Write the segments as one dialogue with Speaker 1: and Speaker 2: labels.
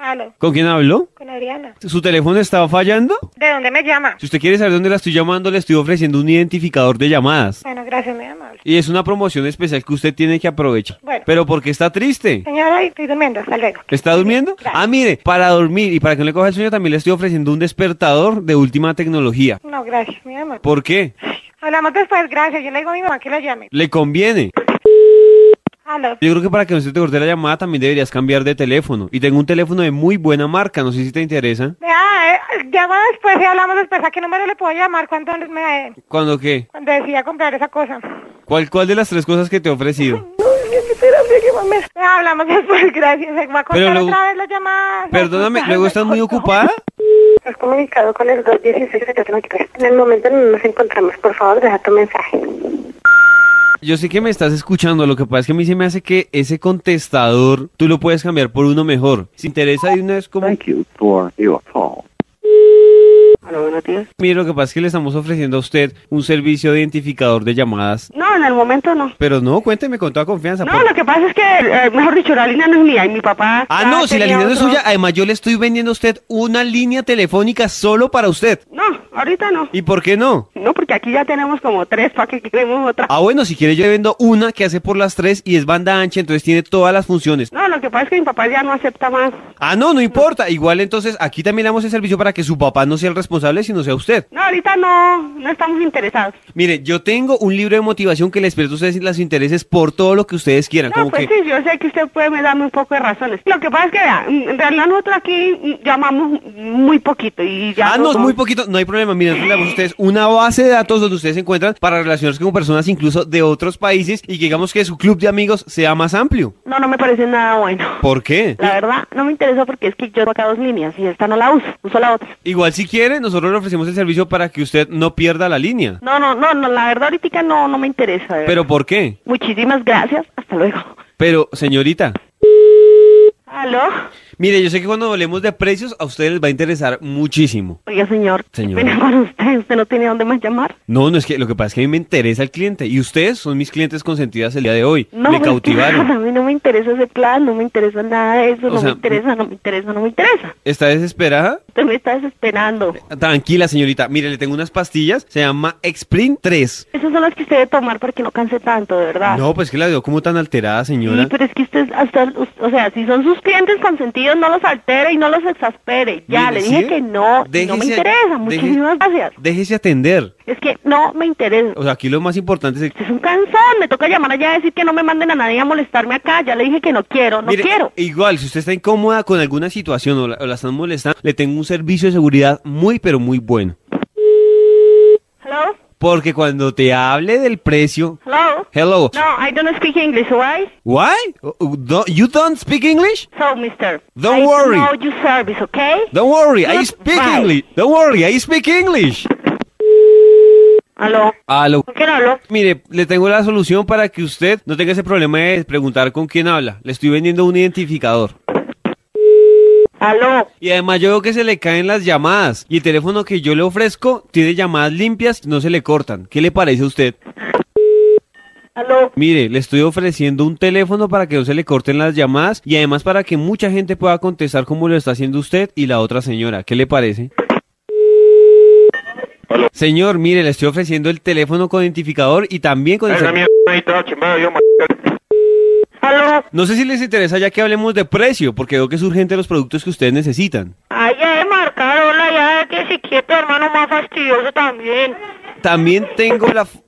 Speaker 1: Aló,
Speaker 2: ¿Con quién hablo?
Speaker 1: con Adriana.
Speaker 2: ¿Su teléfono estaba fallando?
Speaker 1: ¿De dónde me llama?
Speaker 2: Si usted quiere saber dónde la estoy llamando, le estoy ofreciendo un identificador de llamadas.
Speaker 1: Bueno, gracias, muy amable.
Speaker 2: Y es una promoción especial que usted tiene que aprovechar.
Speaker 1: Bueno.
Speaker 2: ¿Pero por qué está triste?
Speaker 1: Señora, estoy durmiendo, hasta luego.
Speaker 2: ¿Está durmiendo?
Speaker 1: Gracias.
Speaker 2: Ah, mire, para dormir y para que no le coja el sueño también le estoy ofreciendo un despertador de última tecnología.
Speaker 1: No, gracias, muy amable.
Speaker 2: ¿Por qué?
Speaker 1: Hablamos después, gracias. Yo le digo a mi mamá que la llame.
Speaker 2: Le conviene.
Speaker 1: Aló,
Speaker 2: Yo creo que para que no se te corte la llamada también deberías cambiar de teléfono. Y tengo un teléfono de muy buena marca, no sé si te interesa.
Speaker 1: ah, eh, llama después y hablamos después. ¿A qué número le puedo llamar cuando, me,
Speaker 2: ¿Cuándo qué?
Speaker 1: cuando decida comprar esa cosa?
Speaker 2: ¿Cuál, cuál de las tres cosas que te he ofrecido?
Speaker 1: No, es que espera, hombre, que mamá. Eh, Hablamos después, gracias. Se va a cortar
Speaker 2: Pero luego-
Speaker 1: otra vez la llamada.
Speaker 2: Perdóname,
Speaker 1: Ay,
Speaker 2: ¿luego
Speaker 1: me
Speaker 2: estás muy
Speaker 1: cortó.
Speaker 2: ocupada?
Speaker 3: Has comunicado con el 216-793. En el momento no nos encontramos. Por favor, deja tu mensaje.
Speaker 2: Yo sé que me estás escuchando, lo que pasa es que a mí se me hace que ese contestador tú lo puedes cambiar por uno mejor. Si interesa de una vez como...
Speaker 4: Thank you for your call. Hola, buenos días.
Speaker 2: Mire, lo que pasa es que le estamos ofreciendo a usted un servicio de identificador de llamadas.
Speaker 3: No, en el momento no.
Speaker 2: Pero no, cuénteme con toda confianza.
Speaker 3: No,
Speaker 2: por-
Speaker 3: lo que pasa es que, eh, mejor dicho, la línea no es mía y mi papá.
Speaker 2: Ah,
Speaker 3: ya
Speaker 2: no, si la
Speaker 3: tenía
Speaker 2: línea no es
Speaker 3: otro-
Speaker 2: suya, además yo le estoy vendiendo a usted una línea telefónica solo para usted.
Speaker 3: No, ahorita no.
Speaker 2: ¿Y por qué no?
Speaker 3: No, porque aquí ya tenemos como tres, ¿para qué queremos otra?
Speaker 2: Ah, bueno, si quiere yo le vendo una que hace por las tres y es banda ancha, entonces tiene todas las funciones.
Speaker 3: No, lo que pasa es que mi papá ya no acepta más.
Speaker 2: Ah, no, no importa. Igual entonces aquí también le damos el servicio para que su papá no sea el responsable, sino sea usted.
Speaker 3: No, ahorita no, no estamos interesados.
Speaker 2: Mire, yo tengo un libro de motivación que les presta a ustedes los intereses por todo lo que ustedes quieran.
Speaker 3: No,
Speaker 2: como
Speaker 3: pues
Speaker 2: que,
Speaker 3: sí, yo sé que usted puede me darme un poco de razones. Lo que pasa es que, vea, mm, en realidad nosotros aquí mm, llamamos muy poquito y ya...
Speaker 2: ah, no, es
Speaker 3: somos-
Speaker 2: muy poquito, no hay problema. Miren, nosotros le damos a ustedes una base de datos donde ustedes se encuentran para relacionarse con personas incluso de otros países y que digamos que su club de amigos sea más amplio.
Speaker 3: No, no me parece nada bueno.
Speaker 2: ¿Por qué?
Speaker 3: La verdad, no me interesó porque es que yo acá dos líneas y esta no la uso, uso la otra.
Speaker 2: Igual si quiere, nosotros le ofrecemos el servicio para que usted no pierda la línea.
Speaker 3: No, no, no, no, la verdad ahorita no, no me interesa. de
Speaker 2: ¿Pero
Speaker 3: verdad.
Speaker 2: por qué?
Speaker 3: Muchísimas gracias, hasta luego.
Speaker 2: Pero, señorita,
Speaker 3: ¿Aló?
Speaker 2: mire, yo sé que cuando hablemos de precios a ustedes les va a interesar muchísimo.
Speaker 3: Oiga, señor, qué
Speaker 2: Señora.
Speaker 3: pena con usted, usted no tiene dónde más llamar.
Speaker 2: No, no es que lo que pasa es que a mí me interesa el cliente y ustedes son mis clientes consentidas el día de hoy.
Speaker 3: No,
Speaker 2: me
Speaker 3: pues,
Speaker 2: cautivaron.
Speaker 3: A mí no me interesa ese plan, no me interesa nada de eso,
Speaker 2: O
Speaker 3: no
Speaker 2: sea,
Speaker 3: me interesa, no me interesa, no me interesa.
Speaker 2: ¿Está desesperada?
Speaker 3: Usted me está desesperando.
Speaker 2: Tranquila, señorita. Mire, le tengo unas pastillas. Se llama Exprint 3.
Speaker 3: Esas son las que usted debe tomar para que no canse tanto, de verdad.
Speaker 2: No, pues que la veo como tan alterada, señora.
Speaker 3: Ah. Sí, pero es que usted, hasta, o sea, si son sus clientes consentidos, no los altere y no los exaspere. Ya,
Speaker 2: Mire,
Speaker 3: le
Speaker 2: ¿sí
Speaker 3: dije
Speaker 2: ve?
Speaker 3: que no, y no me
Speaker 2: Déjese-
Speaker 3: interesa.
Speaker 2: deje-
Speaker 3: Muchísimas gracias.
Speaker 2: Déjese atender.
Speaker 3: Es que no me interesa.
Speaker 2: O sea, aquí lo más importante es...
Speaker 3: Este es un cansón, me toca llamar allá a decir que no me manden a nadie a molestarme acá. Ya le dije que no quiero, no
Speaker 2: Mire, eh,
Speaker 3: quiero.
Speaker 2: Igual, si usted está incómoda con alguna situación o la, o la están molestando, le tengo un servicio de seguridad muy, pero muy bueno.
Speaker 3: Hello,
Speaker 2: Porque cuando te hable del precio...
Speaker 3: hello.
Speaker 2: Hello.
Speaker 3: No, I don't speak English, why?
Speaker 2: Why? Uh, do- You don't speak English?
Speaker 3: So, mister,
Speaker 2: Don't
Speaker 3: I
Speaker 2: worry.
Speaker 3: know your service, okay?
Speaker 2: Don't worry, I
Speaker 3: Not
Speaker 2: speak
Speaker 3: right.
Speaker 2: English. Don't worry, I speak English.
Speaker 3: Aló,
Speaker 2: Aló.
Speaker 3: ¿con quién hablo?
Speaker 2: Ah, Mire, le tengo la solución para que usted no tenga ese problema de preguntar con quién habla. Le estoy vendiendo un identificador.
Speaker 3: Aló.
Speaker 2: Y además yo veo que se le caen las llamadas. Y el teléfono que yo le ofrezco tiene llamadas limpias, no se le cortan. ¿Qué le parece a usted?
Speaker 3: Aló,
Speaker 2: Mire, le estoy ofreciendo un teléfono para que no se le corten las llamadas y además para que mucha gente pueda contestar como lo está haciendo usted y la otra señora. ¿Qué le parece? Señor, mire, le estoy ofreciendo el teléfono con identificador y también con el...
Speaker 5: Esa
Speaker 2: ser-
Speaker 5: mierda ahí estaba chimbada, yo, mar-
Speaker 3: aló.
Speaker 2: No sé si les interesa ya que hablemos de precio, porque veo que es urgente los productos que ustedes necesitan.
Speaker 3: Ay, ya he marcado, hola, ya que si quieto, hermano, más fastidioso también.
Speaker 2: También tengo la... f-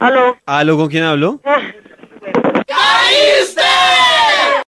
Speaker 3: Aló.
Speaker 2: ¿Aló con quién hablo?
Speaker 3: Uf.